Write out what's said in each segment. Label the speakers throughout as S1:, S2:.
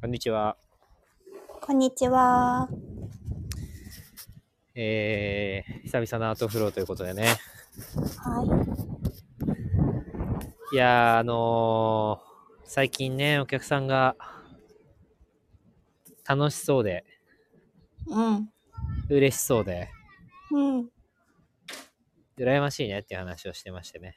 S1: こんにちは。
S2: こんにちは。
S1: えー、久々のアートフローということでね。
S2: はい。
S1: いやー、あのー最近ね、お客さんが楽しそうで、
S2: うん。
S1: 嬉しそうで、
S2: うん。
S1: 羨ましいねっていう話をしてましてね。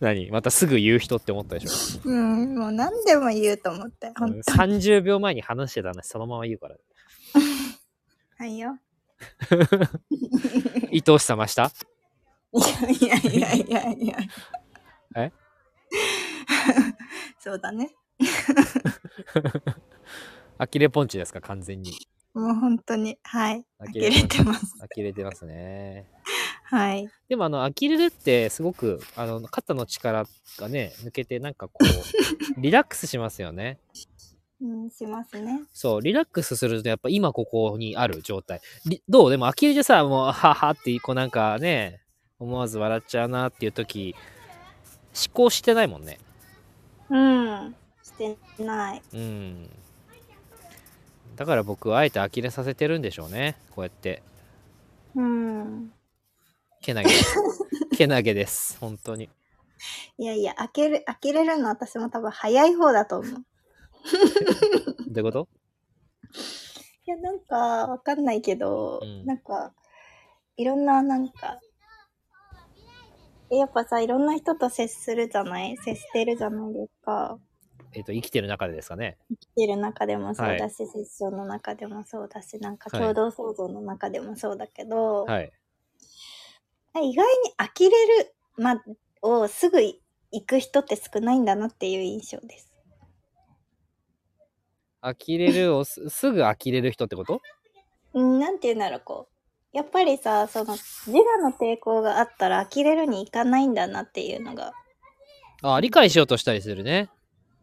S1: 何またすぐ言う人って思ったでしょ
S2: うん。もう何でも言うと思って。ほんと。
S1: 30秒前に話してたのにそのまま言うから。
S2: はいよ。
S1: 愛おしさました
S2: いやいやいやいやいや。
S1: え
S2: そうだね。
S1: 呆れポンチですか完全に。
S2: もう本当に。はい。
S1: 呆
S2: 呆れてます。
S1: 呆れてますね。
S2: はい。
S1: でもあの、呆れるってすごく、あの、肩の力がね、抜けてなんかこう、リラックスしますよね。
S2: うん、しますね。
S1: そう、リラックスするとやっぱ今ここにある状態。りどうでも呆れてさ、もう、ははってこうなんかね、思わず笑っちゃうなっていう時、思考してないもんね。
S2: うん。してない。
S1: うん。だから僕はあえて呆れさせてるんでしょうね。こうやって。
S2: うん。
S1: けなげです。けなげです。本当に。
S2: いやいや、開ける、開けれるの私も多分早い方だと思う。
S1: どういうこと
S2: いや、なんか、わかんないけど、
S1: うん
S2: なんか、いろんな、なんか、えやっぱさ、いろんな人と接するじゃない接してるじゃないですか。
S1: えっ、と、生きてる中でですかね。
S2: 生きてる中でもそう
S1: はい
S2: だし、セッションの中でもそうだし、なんか
S1: はい
S2: 共同創造の中でもそうだけど、
S1: はい。
S2: 意外に呆れる、ま、をすぐ行く人って少ないんだなっていう印象です。
S1: 呆れるをす すぐ呆れる人ってこと
S2: うん、なんて言うんだろう、こう。やっぱりさ、その、自我の抵抗があったら呆れるに行かないんだなっていうのが
S1: あ理解しようとしたりするね。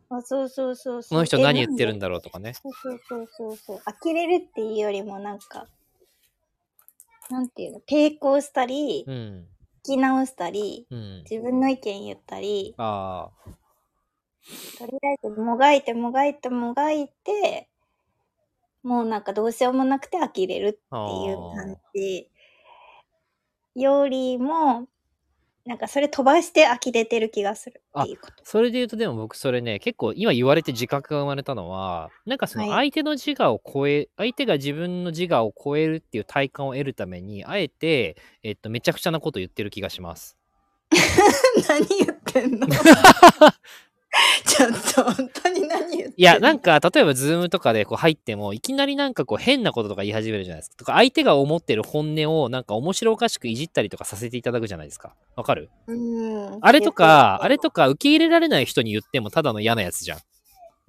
S2: あ、そうそうそうそ
S1: こ
S2: う。
S1: の人
S2: え
S1: 何言ってるん
S2: なんで
S1: だろうとかね。
S2: そうそうそうそうそう。呆れるっていうよりもなんか、なんていうの、抵抗したり、
S1: うん。
S2: 聞き直したり、
S1: うん。
S2: 自分の意見言ったり、
S1: ああ。
S2: とりあえずもがいてもがいてもがいて、もうなんかどうしようもなくて呆れるっていう感じよりも、なんかそれ飛ばして呆れてる気がするっていうこと。
S1: それで言うと、でも僕それね、結構今言われて自覚が生まれたのは、なんかその
S2: は
S1: 相手の自我を超え、相手が自分の自我を超えるっていう体感を得るために、あえて、えっと、めちゃくちゃなこと言ってる気がします。
S2: 何言っ てんのちょっと本当に何言ってんの
S1: いや、なんか、例えば、ズームとかでこう入っても、いきなりなんかこう、変なこととか言い始めるじゃないですか。とか、相手が思ってる本音を、なんか面白おかしくいじったりとかさせていただくじゃないですか。わかる
S2: うん
S1: あれとか、あれとか、受け入れられない人に言っても、ただの嫌なやつじゃん。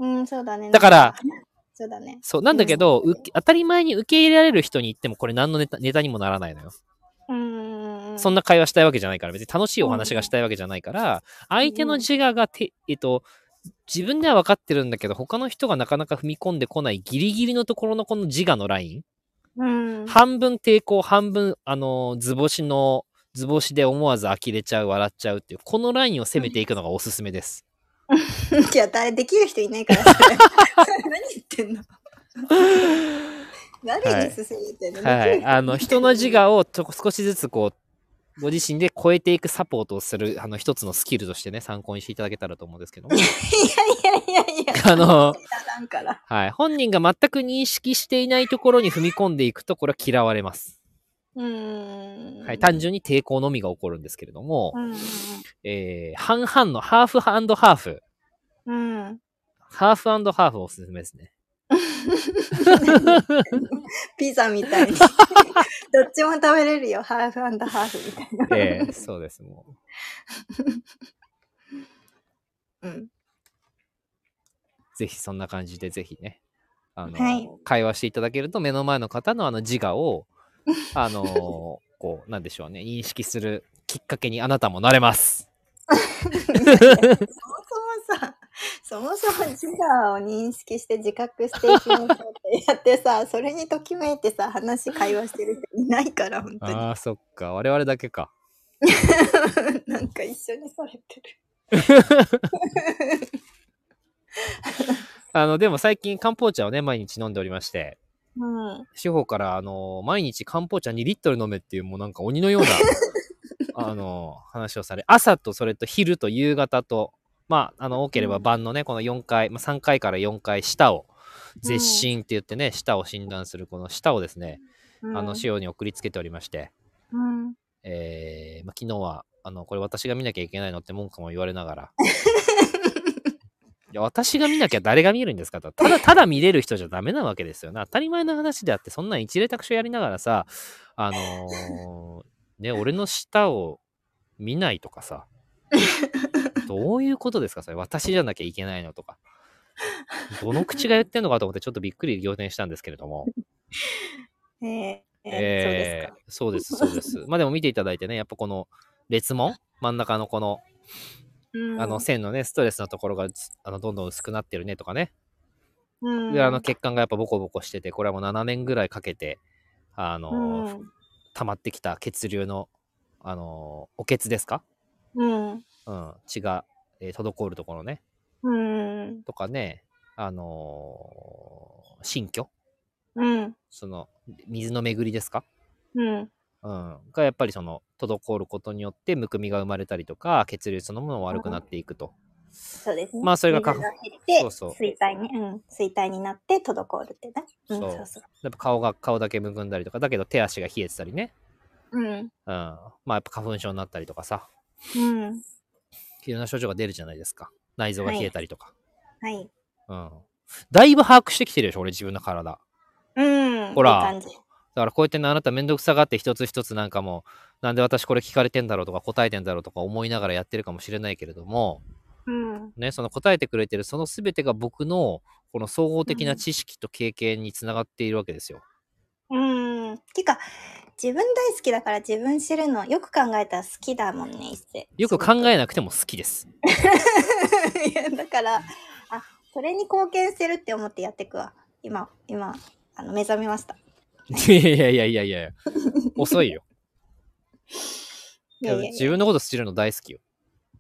S2: うんそうだね
S1: だから
S2: なんそうだね
S1: そう。なんだけど、
S2: うん
S1: 受け当たり前に受け入れられる人に言っても、これ何のネタネタにもならないのよ。
S2: うん
S1: そん
S2: な
S1: な会話したいわけじゃないから、別に楽しいお話がしたいわけじゃないから、相手の自我がて、えっと、自分では分かってるんだけど、他の人がなかなか踏み込んでこないギリギリのところのこの自我のライン
S2: うん
S1: 半分抵抗半分あの図星の図星で思わず呆れちゃう笑っちゃうっていうこのラインを攻めていくのがおすすめです。
S2: いや誰できる人いないからそれ何言ってんの誰に進めてんの、
S1: はい、あの人の自
S2: が
S1: 我をちょ少しずつこうご自身で超えていくサポートをするあの一つのスキルとしてね参考にしていただけたらと思うんですけど も
S2: いやいやいやいや
S1: あの、
S2: やらんから
S1: はい、本人が全く認識していないところに踏み込んでいくとこれは嫌われます。
S2: うん
S1: はい、単純に抵抗のみが起こるんですけれども、
S2: うん
S1: えー半々のハーフハーフ
S2: うんうん
S1: ハーフハーフおすすめですね。
S2: ピザみ たいにどっちも食べれるよハーフハーフみたいな
S1: え えそうです、もう。
S2: うん
S1: ぜひそんな感じで、ぜひね、あの、
S2: はい
S1: 会話していただけると、目の前の方のあの自我 を、あの、こう、なんでしょうね、認識するきっかけにあなたもなれます。
S2: そもそもさ、そもそも自我を認識して自覚していきましょうってやって さ、それにときめいてさ、話、会話してる人いないから、本当に。
S1: ああ、そっか、我々だけか。
S2: なんか一緒にされてる。
S1: あの、でも最近漢方茶をね、毎日飲んでおりまして、
S2: うん。
S1: 司法から、あの、毎日漢方茶2リットル飲めっていう、もうなんか鬼の ような、あの、話をされ、朝とそれと昼と夕方と、まあ、あの、多ければ晩のね、この4回、まあ、3回から4回、舌を、絶診って言ってね、舌を診断する、この舌をですね、
S2: うん、
S1: あの、資料に送りつけておりまして、
S2: うん。
S1: えーまあ、昨日は、あの、これ私が見なきゃいけないのって文句も言われながら。いや私が見なきゃ誰が見るんですかと。ただ、ただ見れる人じゃダメなわけですよね。当たり前の話であって、そんなん一例卓書やりながらさ、あのーね、俺の舌を見ないとかさ、どういうことですかそれ、私じゃなきゃいけないのとか。どの口が言ってんのかと思って、ちょっとびっくり仰天したんですけれども。
S2: えー、
S1: えーそ
S2: そう
S1: うです、そうです。まあでも見ていただいてね、やっぱこの列門、真ん中のこの、
S2: ですか。
S1: あの線のね、ストレスのところがつあのどんどん薄くなってるねとかね。
S2: うん、うん、
S1: で、あの血管がやっぱボコボコしてて、これはもう7年ぐらいかけて、あの、溜まってきた血流の、あの、お血ですか
S2: うん、うん、
S1: うん、血が、えー滞るところね。
S2: うん、
S1: とかね、あのー新居
S2: うん、
S1: その、水の巡りですか
S2: うん、
S1: うん、がやっぱりその滞ることによってむくみが生まれたりとか血流そのものが悪くなっていくと、
S2: そうですね。
S1: まあそれが
S2: 水
S1: 花
S2: が
S1: 粉
S2: 減って、
S1: そうそう
S2: 衰退に、うん、衰退になって滞るってね。うん、
S1: そう
S2: そうそう。
S1: やっぱ顔が顔だけむくんだりとかだけど手足が冷えてたりね、
S2: うん、
S1: うん、まあやっぱ花粉症になったりとかさ
S2: うん、
S1: いろんな症状が出るじゃないですか内臓が冷えたりとか、
S2: はい。
S1: うん、だいぶ把握してきてるでしょ俺自分の体だ
S2: うん、
S1: ほら
S2: いい感じ
S1: からこうやってねあなためんどくさがって一つ一つなんかもうなんで私これ聞かれてんだろうとか答えてんだろうとか思いながらやってるかもしれないけれども、
S2: うん、
S1: ね、その答えてくれてるその全てが僕のこの総合的な知識と経験につながっているわけですよ。
S2: うん。てか、自分大好きだから自分知るの、よく考えたら好きだもんね、一世。
S1: よく考えなくても好きです。
S2: いやだからあそれに貢献してるって思ってやっていくわ今今あの目覚めました
S1: いやいやいやいやいや、遅いよ。
S2: いやいやいや
S1: 自分のこと知るの大好きよ。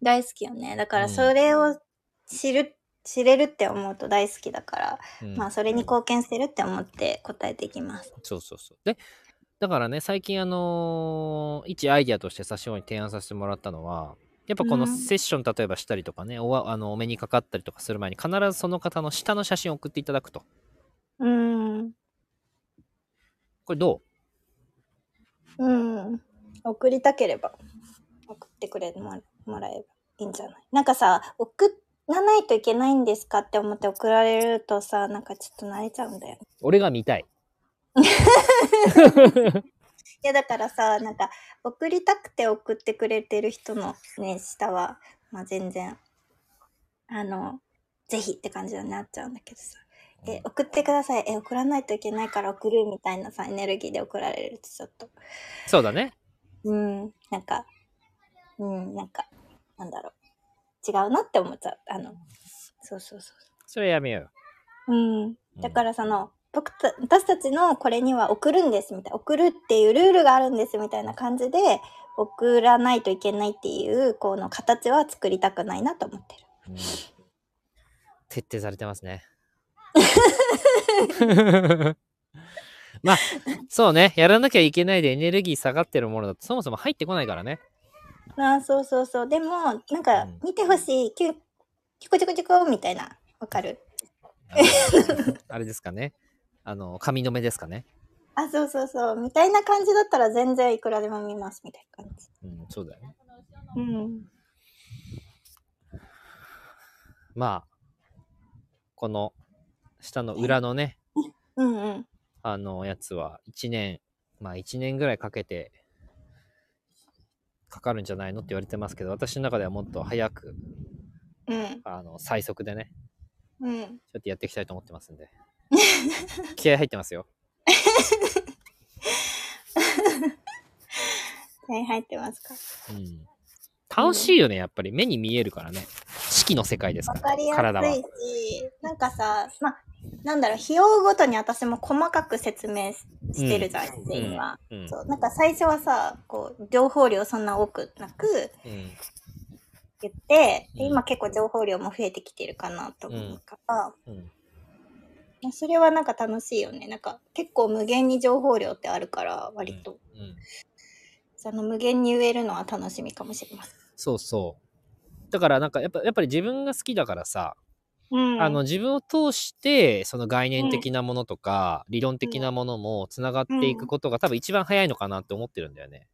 S2: 大好きよねだか
S1: う
S2: ら
S1: ん
S2: それを知る、知れるって思うと大好きだから、
S1: うん
S2: まあそれに貢献してるって思って答えていきます
S1: そうそうそう。で、だからね、最近あのー一アイディアとして差しに提案させてもらったのは、やっぱこの
S2: うん
S1: セッション例えばしたりとかね、おわあのお目にかかったりとかする前に必ずその方の下の写真を送っていただくと。
S2: うん
S1: これど
S2: うん送りたければ送ってくれももらえばいいんじゃないなんかさ送らないといけないんですかって思って送られるとさなんかちょっと慣れちゃうんだよね
S1: う俺が見たい。
S2: いやだからさなんか送りたくて送ってくれてる人のね下は、まあ、全然あのぜひって感じになっちゃうんだけどさで送ってくださいえ送らないといけないから送るみたいなさエネルギーで送られるとちょっと
S1: そうだね。
S2: うんなんかうんなんかなんだろう違うなって思っちゃうあのそうそうそ
S1: それやめようよ。
S2: ううん
S1: うん
S2: だからその僕た私たちのこれには送るんですみたいな送るっていうルールがあるんですみたいな感じで送らないといけないっていうこの形は作りたくないなと思ってる。
S1: うん徹底されてますね。まあそうねやらなきゃいけないでエネルギー下がってるものだとそもそも入ってこないからね。
S2: ああそうそうそうでもなん
S1: う
S2: か
S1: ん
S2: 見てほしいキュキュコチョコチョコみたいなわかる
S1: あのあれですかねあの髪の目ですかね。
S2: あそうそうそうみたいな感じだったら全然いくらでも見ますみたいな感じ。
S1: うんそうだよね。
S2: うん
S1: まあこの下の裏のね
S2: うんうん
S1: あのやつは1年まあ1年ぐらいかけてかかるんじゃないのって言われてますけど私の中ではもっと早く
S2: うん
S1: あの最速でね
S2: うん
S1: ちょっとやっていきたいと思ってますんで。気合入ってますよ。
S2: 手に入ってますか
S1: うん。楽しいよね、やっぱり。目に見えるからね。四季の世界ですか
S2: わ
S1: ら。
S2: かりや
S1: 体は
S2: すいし、なんかさ、まあ、なんだろう、費用ごとに私も細かく説明ししてるじゃん、今、
S1: うん
S2: そう。なんか最初はさ、こう、情報量そんな多くなく
S1: うん
S2: 言って、で
S1: うん
S2: 今結構情報量も増えてきてるかなと思うから、
S1: うん
S2: まあそれはなんか楽しいよね。なんか結構無限に情報量ってあるから、割と。
S1: うん
S2: その無限に言えるのは楽しみかもしれません。
S1: そうそうだからなんかやっぱやっぱり自分が好きだからさ、
S2: うん。
S1: あの自分を通してその概念的なものとか、理論的なものもつながっていくことが多分一番早いのかなって思ってるんだよね。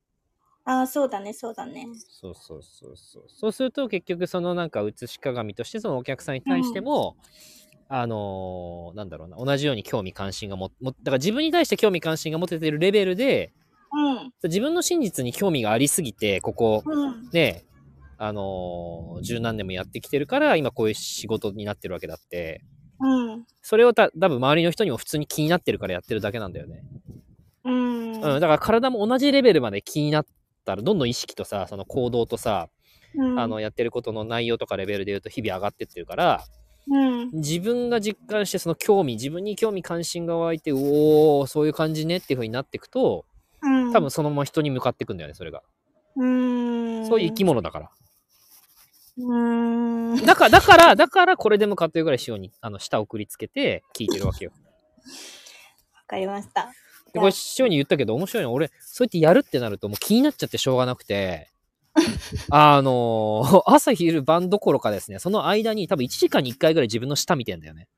S2: ああ、そうだね、そうだね。
S1: そうそうそうそう。そうすると結局そのなんか写し鏡としてそのお客さんに対しても、あのーなんだろうな同じように興味関心がももだから自分に対して興味関心が持ててるレベルで
S2: うん。
S1: 自分の真実に興味がありすぎてここ
S2: うん。
S1: ねあのー十何年もやってきてるから今こういう仕事になってるわけだって
S2: うん。
S1: それをた多分周りの人にも普通に気になってるからやってるだけなんだよね。
S2: うん。
S1: うん、だから体も同じレベルまで気になったらどんどん意識とさその行動とさ
S2: うん
S1: あの、やってることの内容とかレベルで言うと日々上がってってるから
S2: うん。
S1: 自分が実感してその興味自分に興味関心が湧いてうおーそういう感じねっていう風になっていくと
S2: うん。
S1: 多分そのまま人に向かっていくんだよねそれが、
S2: うん。
S1: そういう生き物だから
S2: うん。
S1: だからだからだからこれでもかというぐらい塩にあの舌を送りつけて聞いてるわけよ
S2: わかりました。
S1: でこれ塩に言ったけど面白いの俺そうやってやるってなるともう気になっちゃってしょうがなくて あのー 朝昼晩どころかですねその間に多分1時間に1回ぐらい自分の舌見てんだよね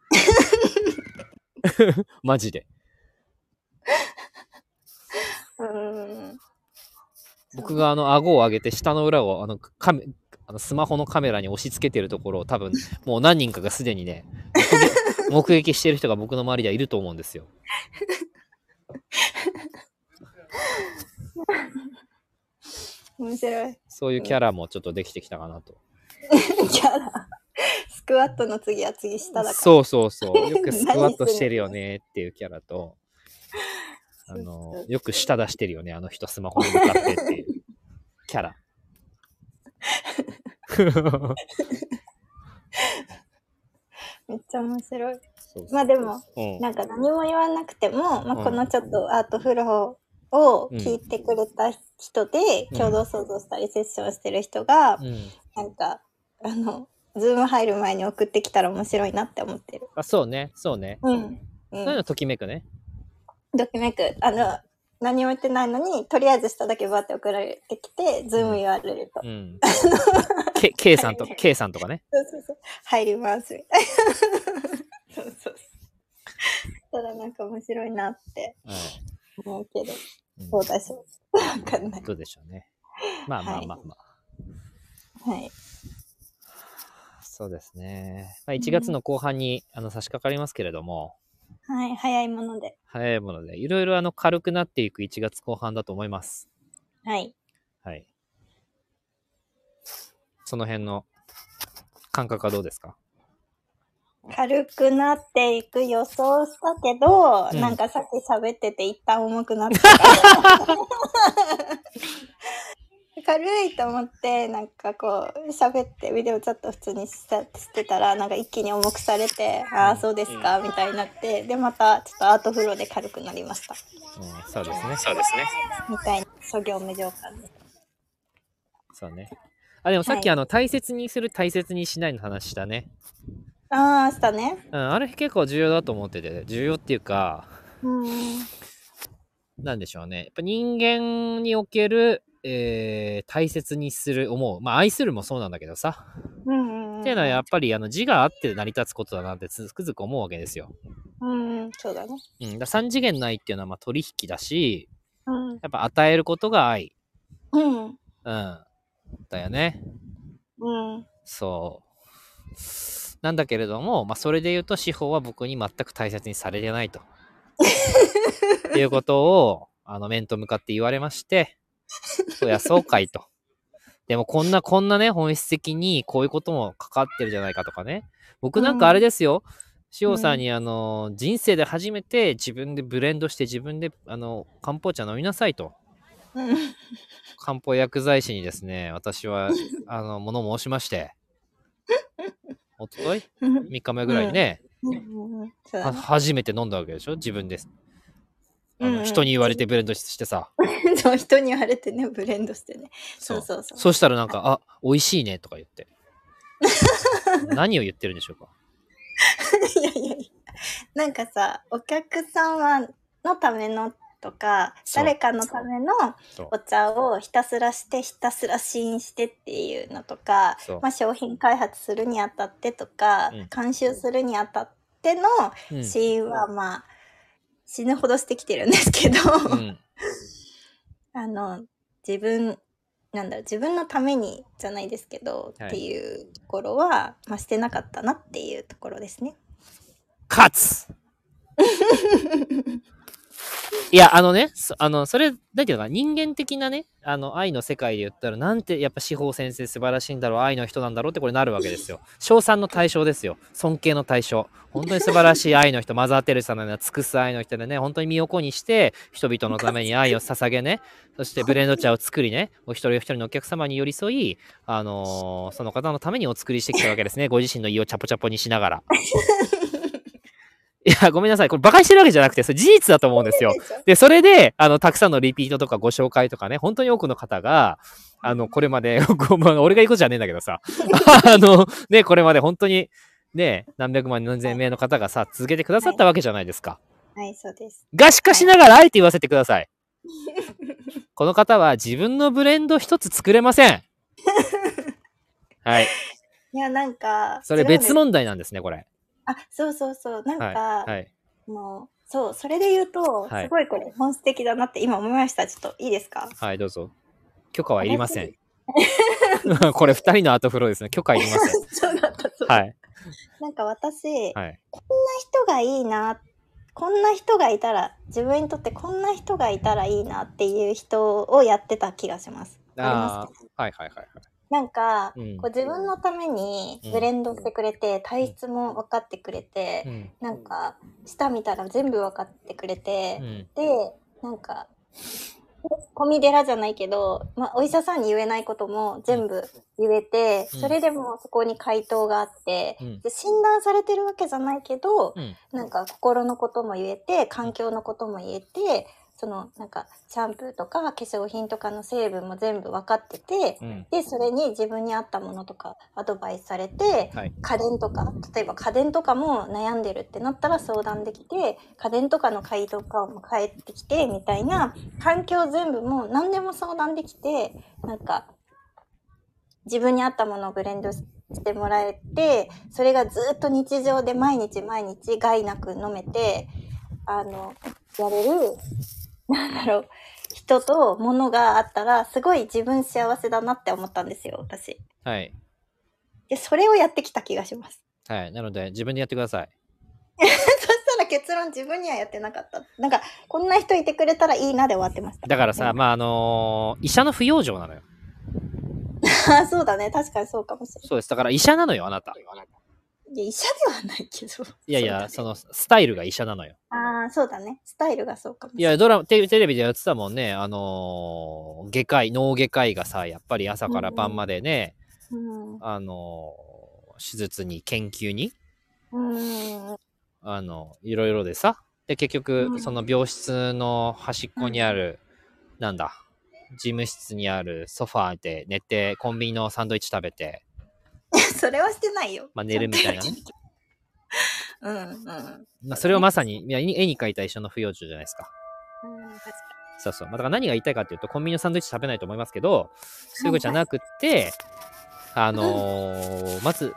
S1: マジで
S2: うん。
S1: 僕があの顎を上げて下の裏をあのカメあのスマホのカメラに押し付けてるところを多分もう何人かがすでにね目撃目撃してる人が僕の周りではいると思うんですよ。
S2: 面白い。
S1: そういうキャラもちょっとできてきたかなと。
S2: キャラ。スクワットの次は次下だから。
S1: そうそうそう。よ くスクワット
S2: 何するの
S1: してるよねっていうキャラと、あの、よく舌出してるよね、あの人スマホに向かってっていうキャラ。
S2: めっちゃ面白い。
S1: そうそう
S2: まあでも、
S1: うん
S2: なんか何も言わなくても、まあ、
S1: うん
S2: このちょっとアートフル法を聞いてくれた人で、
S1: うん
S2: 共同創造したりセッションしてる人が、
S1: うん
S2: なんか、あの、ズーム入る前に送ってきたら面白いなって思ってる。
S1: あそうね、そうね。
S2: うん。う、
S1: そういうんのときめくね。
S2: ドキめく、あの、何も言ってないのに、とりあえず下だけバーって送られてきて、ズーム URL と。
S1: うん。 け K さんと、K さんとかね。
S2: そうそうそう。入ります、みたいな。そうそうそう。ただなんか面白いなって
S1: うん
S2: 思うけど、
S1: うん
S2: そうだし、わかんない。
S1: どうでしょうね。まあまあまあまあ。
S2: はい。
S1: そうですね。まあ、1月の後半にあの差し掛かりますけれども、
S2: はい、早いもので。
S1: 早いもので、いろいろあの軽くなっていく1月後半だと思います。
S2: はい。
S1: はい。その辺の感覚はどうですか
S2: 軽くなっていく予想したけど、
S1: うん
S2: なんかさっき喋ってて一旦重くなって た。軽いと思って、なんかこう、喋って、ビデオチャット普通にしたしてたら、なんか一気に重くされて、ああ、そうですか、みたいになって、で、また、ちょっとアートフローで軽くなりました。
S1: うん、そうですね。そうですね。
S2: みたいな、諸行無常感です。
S1: そうね。あ、でもさっき
S2: はい
S1: あの、大切にする、大切にしないの話したね。
S2: ああ、したね。
S1: うん、あれ結構重要だと思ってて、重要っていうか、
S2: うん。
S1: なんでしょうね。やっぱ人間における、えー大切にする、思う。まあ、愛するもそうなんだけどさ。
S2: うん、うん。
S1: っていうのはやっぱりあの自我あって成り立つことだなってつくづく思うわけですよ。
S2: うん、うん、そうだね。
S1: うん、だ3次元ないっていうのはまあ取引だし、
S2: うん。
S1: やっぱ与えることが愛。
S2: うん。
S1: うん。だよね。
S2: うん。
S1: そう。なんだけれども、まあ、それで言うと、司法は僕に全く大切にされてないと。っていうことを、あの、面と向かって言われまして、そりゃそうかいと。でも、こんな、こんなね、本質的に、こういうことも関わってるじゃないかとかね。僕なんかあれですよ。司法さんに、あの、人生で初めて自分でブレンドして、自分で、あの、漢方茶飲みなさいと。
S2: うん。
S1: 漢方薬剤師にですね、私は、あの、物申しまして、おととい ?3 日目ぐらいにね、
S2: うんうんそうだ
S1: は
S2: ね
S1: 初めて飲んだわけでしょ自分です。あ
S2: うんう
S1: の
S2: ん
S1: 人に言われてブレンドしてさ。
S2: そう人に言われてねブレンドしてねそうそうそう
S1: そしたらなんか、あ、美味しいねとか言っ て。何を言ってるんでしょうか
S2: いやいやいやなんかさお客様のためのとか
S1: そう
S2: 誰かのための
S1: そう
S2: お茶をひたすらしてひたすら試飲してっていうのとか
S1: そう
S2: まあ、商品開発するにあたってとか、
S1: うん
S2: 監修するにあたっての
S1: うん
S2: 試飲はまあ、死ぬほどしてきてるんですけど、
S1: うん。
S2: あの自分なんだろう自分のためにじゃないですけど、
S1: はい
S2: っていうところは、まあ、してなかったなっていうところですね。
S1: 勝ついや、あのね、そあの、それ、だけどな、人間的なね、あの、愛の世界で言ったら、なんて、やっぱ司法先生素晴らしいんだろう、愛の人なんだろうってこれなるわけですよ。称賛の対象ですよ。尊敬の対象。本当に素晴らしい愛の人、マザー・テレサのような尽くす愛の人でね、本当に身を粉にして、人々のために愛を捧げね、そしてブレンド茶を作りね、お一人お一人のお客様に寄り添い、あのーその方のためにお作りしてきたわけですね。ご自身の胃をチャポチャポにしながら。いや、ごめんなさい。これ、馬鹿にしてるわけじゃなくて、それ事実だと思うんですよ。で、それで、あの、たくさんのリピートとかご紹介とかね、本当に多くの方が、あの、これまで、ごまあ俺が言うことじゃねえんだけどさ、あの、ね、これまで本当に、ね、何百万何千名の方がさ、続けてくださったわけじゃないですか。
S2: はいそうです。
S1: が、しかしながら、あえて言わせてください。この方は自分のブレンド一つ作れません。はい。
S2: いやなんか
S1: それ別
S2: の
S1: 問題なんですね、これ。
S2: あそうそうそうなんか、
S1: はい。
S2: もうそうそれで言うと、
S1: はい
S2: すごいこれ本質的だなって今思いましたちょっといいですか
S1: はい、どうぞ。許可はいりません。 これ、二人の後風呂ですね。許可いりません。
S2: そうだったそう
S1: はい。
S2: なんか私、
S1: はい。
S2: 人がいいなこんな人がいたら自分にとってこんな人がいたらいいなっていう人をやってた気がします。あります
S1: ああ、はいはいはいはい。
S2: なんか、
S1: うん
S2: こう自分のためにブレンドしてくれて、体質も分かってくれて、
S1: うん。
S2: なんか舌見たら全部分かってくれて、
S1: うん。
S2: でなんか込み寺じゃないけど、まあ、お医者さんに言えないことも全部言えて、
S1: うん
S2: それでもそこに回答があって、
S1: うん
S2: で診断されてるわけじゃないけど、
S1: うん
S2: なんか心のことも言えて環境のことも言えてそのなんかシャンプーとか化粧品とかの成分も全部分かってて、
S1: うん。
S2: でそれに自分に合ったものとかアドバイスされて、
S1: はい
S2: 家電とか例えば家電とかも悩んでるってなったら相談できて家電とかの回答かも返ってきてみたいな環境全部もう何でも相談できてなんか自分に合ったものをブレンドしてもらえてそれがずっと日常で毎日毎日害なく飲めてあのやれるなんだろう人と物があったらすごい自分幸せだなって思ったんですよ私
S1: はい。
S2: でそれをやってきた気がします
S1: はい。なので、自分でやってください。
S2: そしたら結論自分にはやってなかったなんかこんな人いてくれたらいいなで終わってました
S1: だからさ、
S2: うん
S1: まあ、あのー医者の不養生なのよ。
S2: あそうだね確かにそうかもしれ
S1: そうです。だから医者なのよ、あなた。
S2: ないいや医者ではないけど
S1: いやい や、その、スタイルが医者なのよ。
S2: ああーそうだねスタイルがそうかもし
S1: い
S2: れない
S1: や、ドラマ、テレテレビでやってたもんね、あのー外科医、脳外科医がさ、やっぱり朝から晩までね、
S2: うんう
S1: あのー手術に、研究に、
S2: ーん
S1: あの、いろいろでさ。で、結局、
S2: うん
S1: その病室の端っこにある、なんだ、事務室にあるソファーで寝て、コンビニのサンドイッチ食べて、
S2: それはしてないよ
S1: まあ寝るみたいなね。
S2: うんうん、うん、
S1: まあ、それをまさに、いや絵に絵に描いた一緒の不養生じゃないですか。
S2: 確か
S1: そうそう。まあ、だから何が言いたいかっていうと、コンビニのサンドイッチ食べないと思いますけど、そういうことじゃなくって、あのーまず、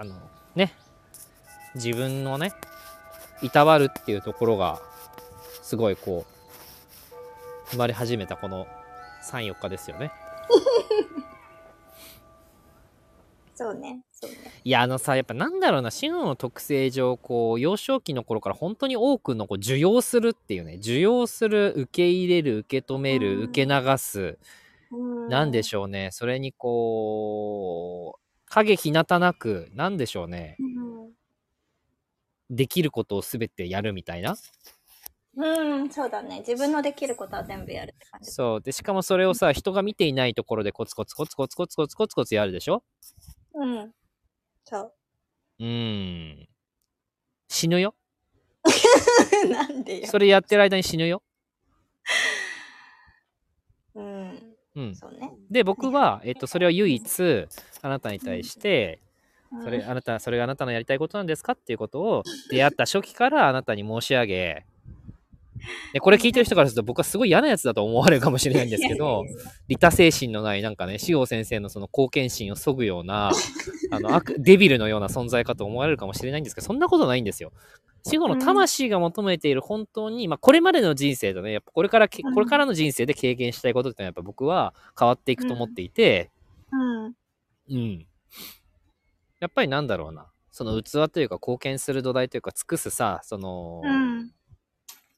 S1: あの、ね、自分のね、いたわるっていうところが、すごいこう、生まれ始めたこの3、4日ですよね。
S2: にそうねそうね
S1: いや、あのさ、やっぱなんだろうな、シノの特性上、こう、幼少期の頃から本当に多くのこう受容するっていうね、受容する、受け入れる、受け止め
S2: う
S1: る、
S2: ん
S1: 受け流す、
S2: うん
S1: なんでしょうね、それにこう、影ひなたなく、なんでしょうね、
S2: うん
S1: できることをすべてやるみたいな。
S2: うん、そうだね。自分のできることは全部やるって感じ。
S1: そう。で、しかもそれをさ、人が見ていないところでコツコツコツコツコツコツコツコツやるでしょ
S2: うん。そう。
S1: うーん。死ぬよ。
S2: なんでよ。
S1: それやってる間に死ぬよ。
S2: うん。
S1: うん。
S2: そうね。
S1: で、僕は、えっと、それを唯一、あなたに対して、それ、あなた、それがあなたのやりたいことなんですかっていうこと を、出会った初期からあなたに申し上げ、でこれ聞いてる人からすると、僕はすごい嫌なやつだと思われるかもしれないんですけど、利他精神のない、なんかね、志保先生のその貢献心を削ぐ ような、あの、悪デビルのような存在かと思われるかもしれないんですけど、そんなことないんですよ。志保の魂が求めている本当に、まあ、これまでの人生とね、やっぱこれからけ、
S2: うん
S1: これからの人生で経験したいことってのは、やっぱ僕は変わっていくと思っていて、
S2: うん。
S1: うん。やっぱりなんだろうな。その器というか貢献する土台というか尽くすさ、その、
S2: うん。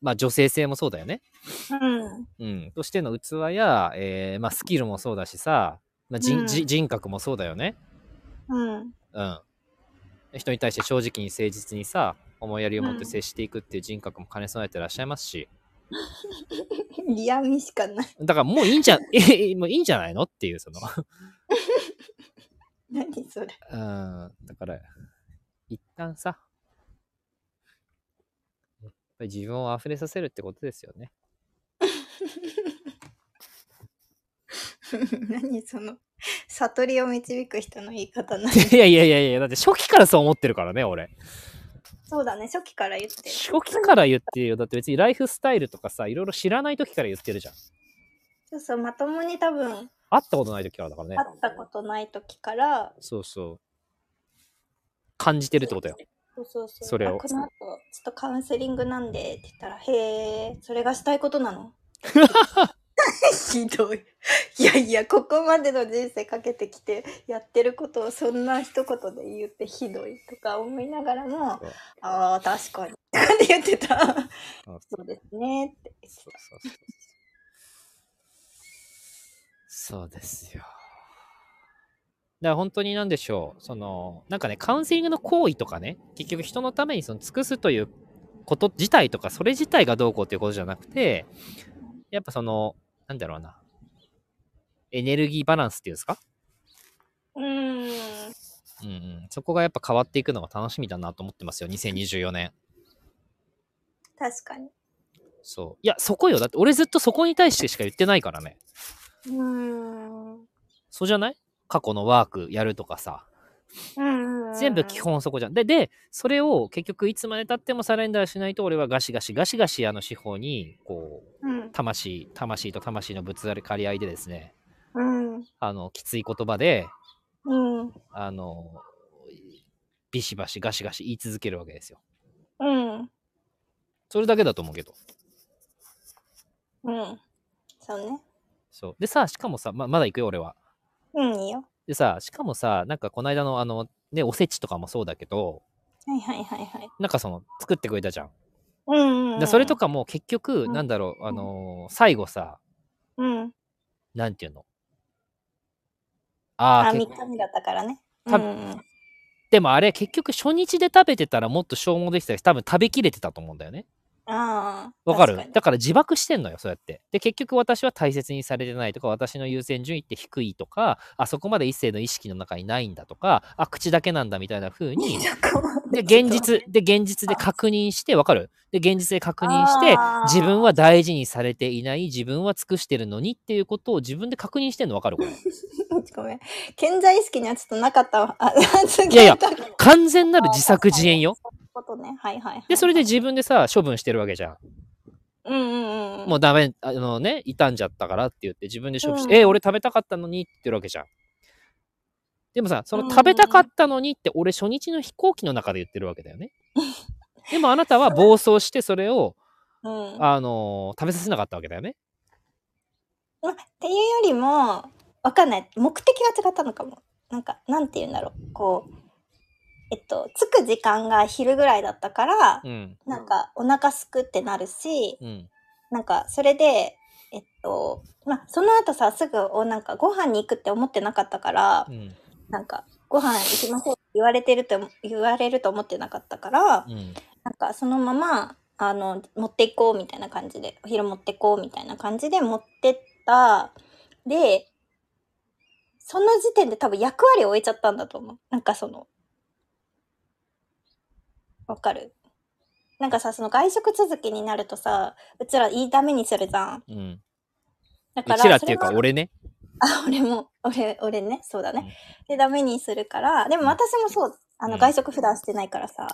S1: まあ女性性もそうだよね。
S2: うん。
S1: うん、としての器や、えーまあ、スキルもそうだしさ、まあ人
S2: うん
S1: じ人格もそうだよね、
S2: うん。
S1: うん、人に対して正直に誠実にさ思いやりを持っ
S2: う
S1: て
S2: ん
S1: 接していくっていう人格も兼ね備えてらっしゃいますし
S2: リアミしかない。
S1: だからもういいんじゃ えもういいんじゃないのっていうその、
S2: 何それ。
S1: うん、だから一旦さやっぱり自分を溢れさせるってことですよね
S2: 何その悟りを導く人の言い方 な
S1: いやいやいやいやだって初期からそう思ってるからね俺
S2: そうだね初期から言ってる
S1: 初期から言ってるよだって別にライフスタイルとかさいろいろ知らない時から言ってるじゃん
S2: そうそうまともに多分
S1: 会ったことない時からだからね
S2: 会。ったことない時から
S1: そうそう。感じてるってことよ。
S2: そうそうそう
S1: それを
S2: あこの後ちょっとカウンセリングなんでって言ったらへえそれがしたいこと なのひどいいやいやここまでの人生かけてきてやってることをそんな一言で言ってひどいとか思いながらも
S1: そう
S2: あー確かにとかって言ってた
S1: そう
S2: そうですねって言って
S1: そう
S2: た
S1: そうそう。そうですよ。だから本当に何でしょう。その、なんかね、カウンセリングの行為とかね、結局人のためにその尽くすということ自体とか、それ自体がどうこうっていうことじゃなくて、やっぱその、なんだろうな。エネルギーバランスっていうんですか
S2: うー
S1: うん
S2: ん
S1: うん。そこがやっぱ変わっていくのが楽しみだなと思ってますよ、2024年。
S2: 確かに。
S1: そう。いや、そこよ。だって俺ずっとそこに対してしか言ってないからね。
S2: うーん。う
S1: そうじゃない過去のワークやるとかさ。
S2: ーん
S1: 全部基。本そこじゃん。で、で、それを結局いつまで経ってもサレンダーしないと俺はガシガシガシガシあの司法に、こう、
S2: うん。
S1: 魂、魂と魂のぶつかり合いでですね、
S2: うん。
S1: あの、きつい言葉で、
S2: うん。
S1: あの、ビシバシガシガシ言い続けるわけですよ。
S2: うん。
S1: それだけだと思うけど。
S2: うん。そうね。
S1: そう。でさ、しかもさ、ままだ行くよ俺は。
S2: うん、いいよ。
S1: でさ、しかもさ、なんかこの間のあの、ね、おせちとかもそうだけど、
S2: はいはいはいはい。
S1: なんかその作ってくれたじゃん。
S2: うん、うん。
S1: でそれと。かも結局、
S2: うん
S1: なんだろう、あのー最後さ、
S2: うん。
S1: なんていうのあ
S2: あ、
S1: あ、け
S2: 3日目だったからね。
S1: た
S2: うんうん。
S1: でもあれ結局初日で食べてたらもっと消耗できたし、多分食べきれてたと思うんだよね。
S2: ああ。
S1: わかる
S2: 確に
S1: だから自爆してんのよ、そうやって。で、結局私は大切にされてないとか、私の優先順位って低いとか、あそこまで一世の意識の中にないんだとか、あ、口だけなんだみたいな風 に、で、現。実、で、現実で確認して、わかるで、現実で確認して
S2: あー、
S1: 自分は大事にされていない、自分は尽くしてるのにっていうことを自分で確認してんのわかるこれ。
S2: ごめん。健在意識にはちょっとなかったわ。 あ、す
S1: いやいや
S2: そういう
S1: 完全なる自作自演よ。
S2: ことね。はいはい、はい。
S1: で、それで。自分でさ、処分してるわけじゃ
S2: うんうんうん。
S1: ん。もうダメ、あのね、傷んじゃったからって言って自分で処分して、
S2: うん
S1: えー、俺食べたかったのにって言ってるわけじゃん。でもさ、その食べたかったのにって俺初日の飛行機の中で言ってるわけだよね。でもあなたは暴走してそれを、
S2: うん。
S1: あのー食べさせなかったわけだよね。
S2: まあっていうよりもわかんない目的が違ったのかもなんかなんて言うんだろうこうえっと着く時間が昼ぐらいだったから、
S1: うん。
S2: なんかお腹すくってなるし
S1: うん。
S2: なんかそれでえっとまあその後さすぐおなんかご飯に行くって思ってなかったから、
S1: うん。
S2: なんかご飯行きましょうって言われてると言われると思ってなかったから、
S1: うん。
S2: なんかそのままあの持っていこうみたいな感じでお昼持ってこうみたいな感じで持ってったでその時点で多分役割を終えちゃったんだと思うなんかそのわかるなんかさ、その外食続きになるとさ、うちらいいダメにするじゃん。
S1: うん。
S2: だか
S1: う
S2: ら、
S1: ちらっていうか
S2: それは
S1: 俺ね。
S2: あ、俺も、俺、俺ね、そうだね。で、ダメにするから、でも私もそう、あ
S1: う
S2: の、
S1: ん
S2: 外食普段してないからさ、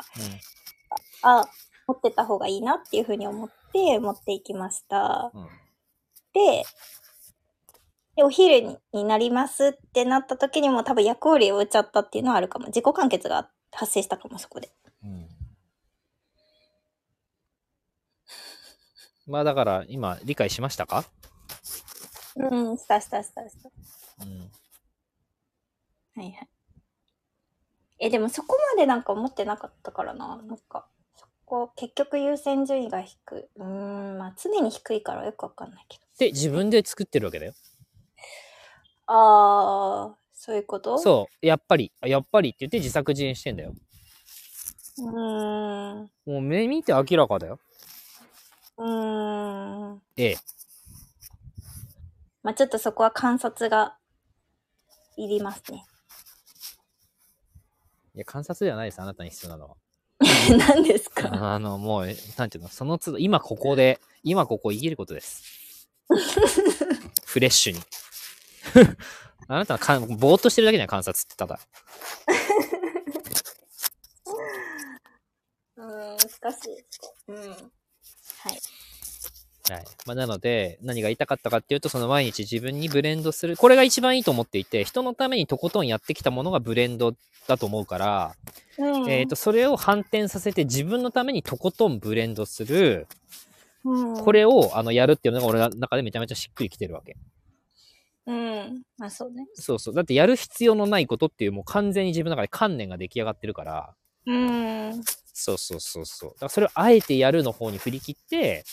S2: あ、持ってった方がいいなっていうふうに思って持っていきました。
S1: うん。うん
S2: で、でお昼にになりますってなった時にも多分役割を終えちゃったっていうのはあるかも。自己完結が発生したかも、そこで。
S1: うんまあだから今理解しましたか、
S2: うん、したしたしたした。
S1: うん、
S2: はいはい。え、でもそこまでなんか思ってなかったからな。なんか、そこ、結局優先順位が低い。うーん、まあ常に低いからよくわかんないけど。
S1: で自分で作ってるわけだよ。
S2: あー、そういうことう。
S1: そうやっぱりあやっぱりって言って自作自演してんだよ。
S2: うーん、う
S1: もう目見て明らかだよ。
S2: ーん。
S1: ええ。
S2: まあちょっとそこは観察がいります ね。
S1: いや観察ではないですあなたに必要なのは。
S2: 何ですか
S1: あのもうなんていうのその都度今ここで今ここを生きること です。フレッシュに。 あなたはかんぼーっとしてるだけじゃん観察ってただ。
S2: うーん、難しい。うん。はい。
S1: はいまあ、なので何が言いたかったかっていうとその毎日自分にブレンドするこれが一番いいと思っていて人のためにとことんやってきたものがブレンドだと思うから、
S2: うん。
S1: えー、とそれを反転させて自分のためにとことんブレンドする
S2: うん、
S1: これをあのやるっていうのが俺の中でめちゃめちゃしっくりきてるわけ
S2: うん。まあそうね。
S1: そうそうだってやる必要のないことっていうもう完全に自分の中で観念が出来上がってるから
S2: うーん。
S1: そうそうそうそう。だからそれをあえてやるの方に振り切って、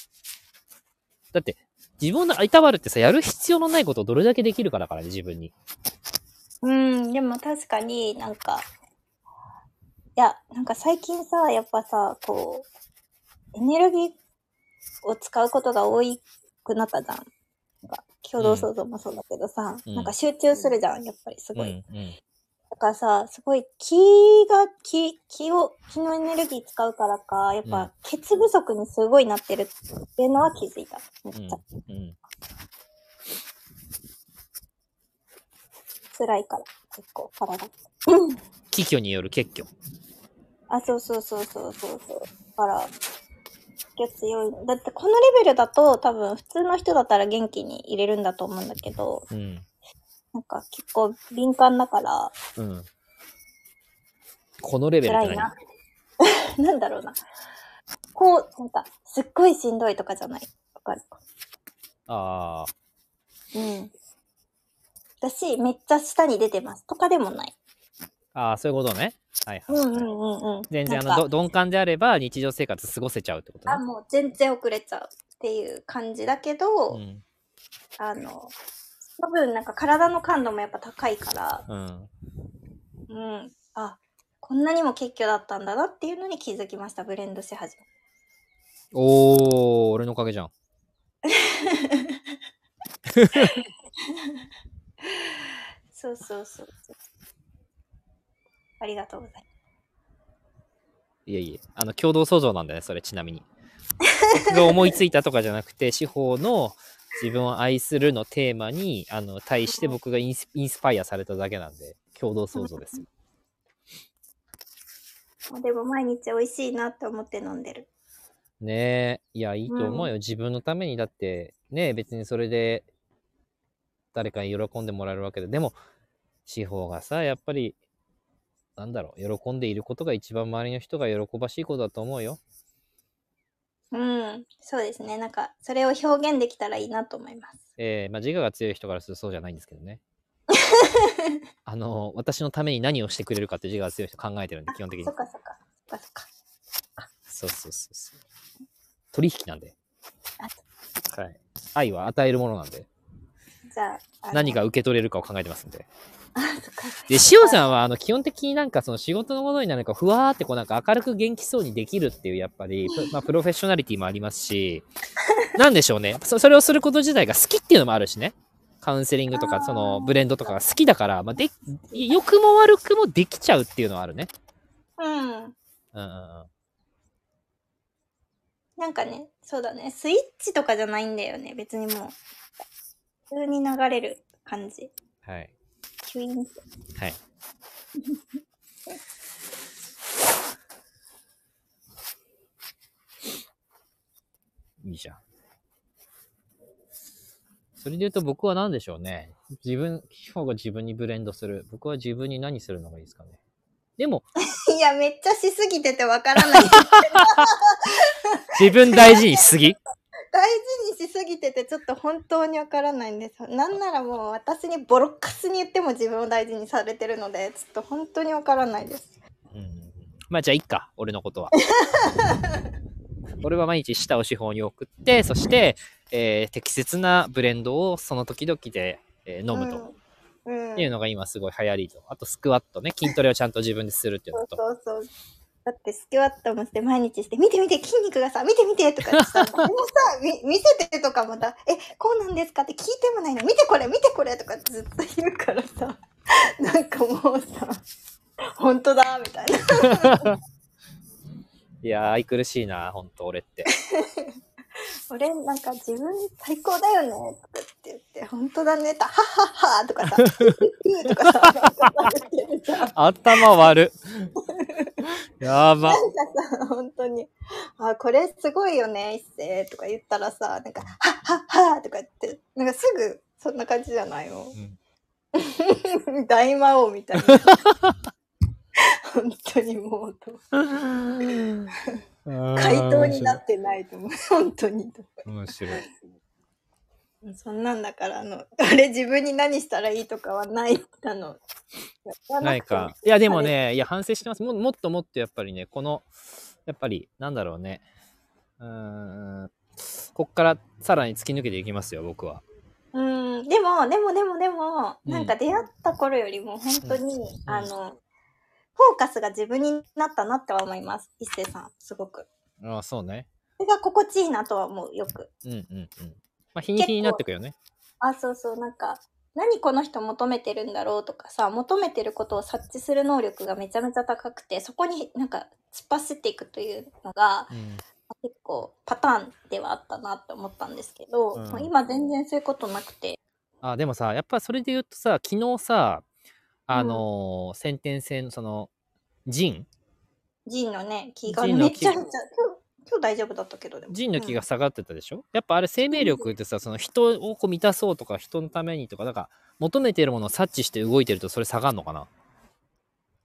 S1: だって、自分のいたわるってさ、やる必要のないことをどれだけできるかだからね、自分に。
S2: うん、でも確かになんか、いや、なんか最近さ、やっぱさ、こう、エネルギーを使うことが多くなったじゃん。なんか共同創造もそうだけどさ、
S1: うん
S2: なんか集中するじゃん、やっぱりす
S1: うん、
S2: ご
S1: う
S2: い。
S1: ん。
S2: だからさ、すごい気が、気、気を、気のエネルギー使うからか、やっ
S1: うん
S2: ぱ血不足にすごいなってるっていうのは気づいた。めっちゃ
S1: うん。
S2: 辛いから、結構体。
S1: 気虚による結局。
S2: あ、そうそうそうそうそうそう。だから、今日強い。だってこのレベルだと多分普通の人だったら元気に入れるんだと思うんだけど、
S1: うん。
S2: なんか結構敏感だから、
S1: うん。このレベルっ
S2: 辛
S1: て
S2: い
S1: 何
S2: な。 なんだろうな。こう、なんか、すっごいしんどいとかじゃない。わかる
S1: ああ、
S2: うん。だし、めっちゃ下に出てますとかでもない。
S1: ああ、そういうことね。はいはい。
S2: うんうんうんうん。
S1: 全然あ
S2: なん
S1: の
S2: か
S1: ど鈍感であれば日常生活過ごせちゃうってこと
S2: あ、
S1: ね。
S2: もう全然遅れちゃうっていう感じだけど、
S1: うん。
S2: あの、多分なんか体の感度もやっぱ高いから、
S1: うん。
S2: うん、あ、こんなにも結局だったんだなっていうのに気づきました、ブレンドし始め。
S1: おー、俺のおかげじゃん。
S2: そうそうそうそう。ありがとうござい
S1: いえいえ、あの、共同創造なんだね、それ、ちなみに。僕が思いついたとかじゃなく て、司法の自分を愛するのテーマに、あの、対して僕がインスインスパイアされただけなんで、共同創造ですよ。
S2: ます。まあでも毎日美味しいなって思って飲んでる。
S1: ねえ、いや、いいと思うよ。自分のために、だって、ねえ、別にそれで、誰かに喜んでもらえるわけで、でも、司法がさ、やっぱり、なんだろう、喜んでいることが一番周りの人が喜ばしいことだと思うよ。
S2: うん、そうですね。なんか、それを表現できたらいいなと思います。
S1: えーまあ、自我が強い人からするとそうじゃないんですけど ね。あの私のために何をしてくれるかって自我が強い人考えてるんで基本的に
S2: そっかそっか。そっかそっか。
S1: そうそうそうそう取引なんで
S2: あ、
S1: はい、愛は与えるものなんで
S2: じゃあ、あの
S1: 何。が受け取れるかを考えてますんで
S2: あ、そっか。
S1: で塩さんはあの基本的になんかその仕事のことになるかふわーってこうなんか明るく元気そうにできるっていうやっぱ り、プまあ、プロフェッショナリティもありますしなんでしょうねそそれをすること自体が好きっていうのもあるしねカウンセリングと
S2: あ
S1: か
S2: ー
S1: そのブレンドとかが好きだから、まあ、で良くも悪くもできちゃうっていうのはあるね。
S2: う
S1: う
S2: ん。
S1: んうんうん
S2: なんかね、そうだね、スイッチとかじゃないんだよね、別にもう。普通に流れる感じ。
S1: はい。
S2: キュイーンって。
S1: はい。いいじゃん。それで言うと僕は何でしょうね。自分、基本が自分にブレンドする。僕は自分に何するのがいいですかね。でも、
S2: いや、めっちゃしすぎててわから ない。
S1: 自分大事にしすぎ。
S2: 大事にしすぎてて、ちょっと本当にわからないんですよ。なんならもう私にボロッカスに言っても自分を大事にされてるので、ちょっと本当にわからないです。
S1: うんまあじゃあいっか、俺のことは。俺は毎日舌を手法に送って、そして、えー適切なブレンドをその時々で、えー飲むと。
S2: うん。うん
S1: っていうのが今すごい流行りと。あとスクワットね、筋トレをちゃんと自分でするっていう
S2: そ
S1: の
S2: う
S1: と。
S2: そうそう。だってスクワットもして毎日して、見て見て筋肉がさ、見て見てとか言ってさ、もうさ、み見せてとかもだ、え、こうなんですかって聞いてもないの、見てこれ見てこれとかずっと言うからさ、 なんかもうさ、本当だみたいな。
S1: いやー、愛くるしいな、ほんと俺って。
S2: 俺なんか自分最高だよねとかって言って、本当だねと、はははとかさ、 うーとかさ、なんかさ言ってさ
S1: 頭悪 っ。やば。
S2: なんかさ、 本当に、あ、これすごいよね、一世とか言ったらさ、なんか、はっはっはとか言って、なんかすぐそんな感じじゃないの
S1: う。ん
S2: 大魔王みたいな。本当にもう、回答になってないと思う。本当に。
S1: 面白い。
S2: そんなんだから、あの、あれ自分に何したらいいとかはない、あの、
S1: ないか。。いや、でもね、いや、反省してます。ももっともっとやっぱりね、この、やっぱり、なんだろうね。うーん、こっからさらに突き抜けていきますよ、僕は。
S2: うん、でも、でも、でも、でも、
S1: うん
S2: なんか出会った頃よりも、本当に、
S1: ん
S2: あの、フォーカスが自分になったなっては思います。一星さん、すごく。
S1: ああ、そうね。
S2: それが心地いいなとは思う、よく。
S1: うんうんうん。まあ、日に日になってくよね。
S2: あ、そうそう、なんか、何この人求めてるんだろうとかさ、求めてることを察知する能力がめちゃめちゃ高くて、そこになんか突っ走っていくというのが、
S1: うん、
S2: 結構パターンではあったなって思ったんですけど、
S1: うん
S2: もう今全然そういうことなくて。
S1: あでもさ、やっぱそれで言うとさ、昨日さ、あのー先天性のその、ジン
S2: ジンのね、気が
S1: ジン
S2: め
S1: の
S2: ち
S1: 気
S2: ゃめちゃ、今日、今日大丈夫だったけどでも。
S1: 人の気
S2: うん
S1: が下がってたでしょ、やっぱあれ生命力ってさその人をこう満たそうとか人のためにとかなんか求めてるものを察知して動いてるとそれ下がるのかな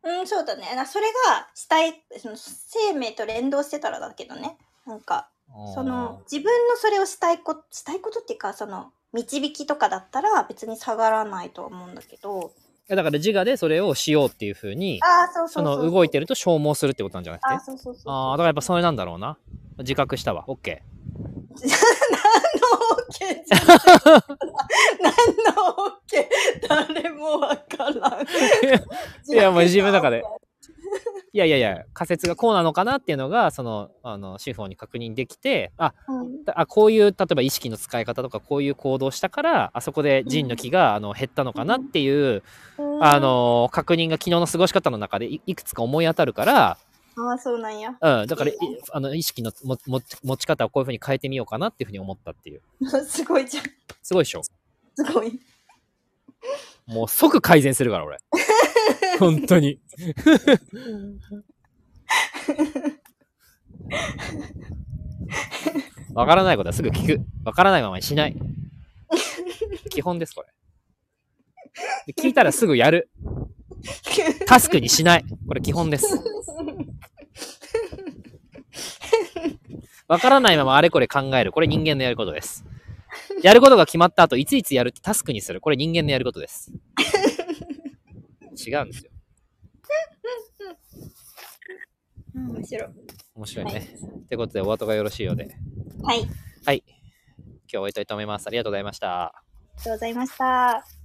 S2: うん、そうだね。なそれが死体、その生命と連動してたらだけどね。なんか、その、自分のそれをしたいこと、したいことっていうか、その、導きとかだったら別に下がらないとは思うんだけど。
S1: いやだから自我でそれをしようっていうふうに
S2: ああ、そうそ
S1: そう
S2: そう
S1: の動いて
S2: る。
S1: ると消耗するってことなんじゃなくて
S2: ああ、そうそうそうそう。
S1: ああーだからやっぱそれなんだろうな自覚したわ OK
S2: 何の OK じゃない何の OK 誰もわからん。
S1: いやもう自分の中で。 いやいやいや仮説がこうなのかなっていうのがそのあの司法に確認できてあ
S2: うん、
S1: あこういう例えば意識の使い方とかこういう行動をしたからあそこで人の気が、あの減ったのかなっていう、あ、の確認が昨日の過ごし方の中でいいくつか思い当たるから、
S2: ああ、そうなんや。
S1: うん、だからい
S2: いい
S1: あの意識のもも持ち方をこういうふうに変えてみようかなっていうふうに思ったっていう
S2: すごいじゃん。
S1: すごいでしょ
S2: すごい。
S1: もう即改善するから 俺本当にわからないことはすぐ聞くわからないままにしない基本ですこれで聞いたらすぐやるタスクにしないこれ基本ですわからないままあれこれ考える。これ人間のやることです。やることが決まった後、いついつやるってタスクにする。これ人間のやることです。違うんですよ。
S2: 面白い。
S1: 面白いね。ってことで、お後がよろしいようで。
S2: はい。ありが
S1: はい。今日は終えたいと思います。ありがとうございました。
S2: とうございました。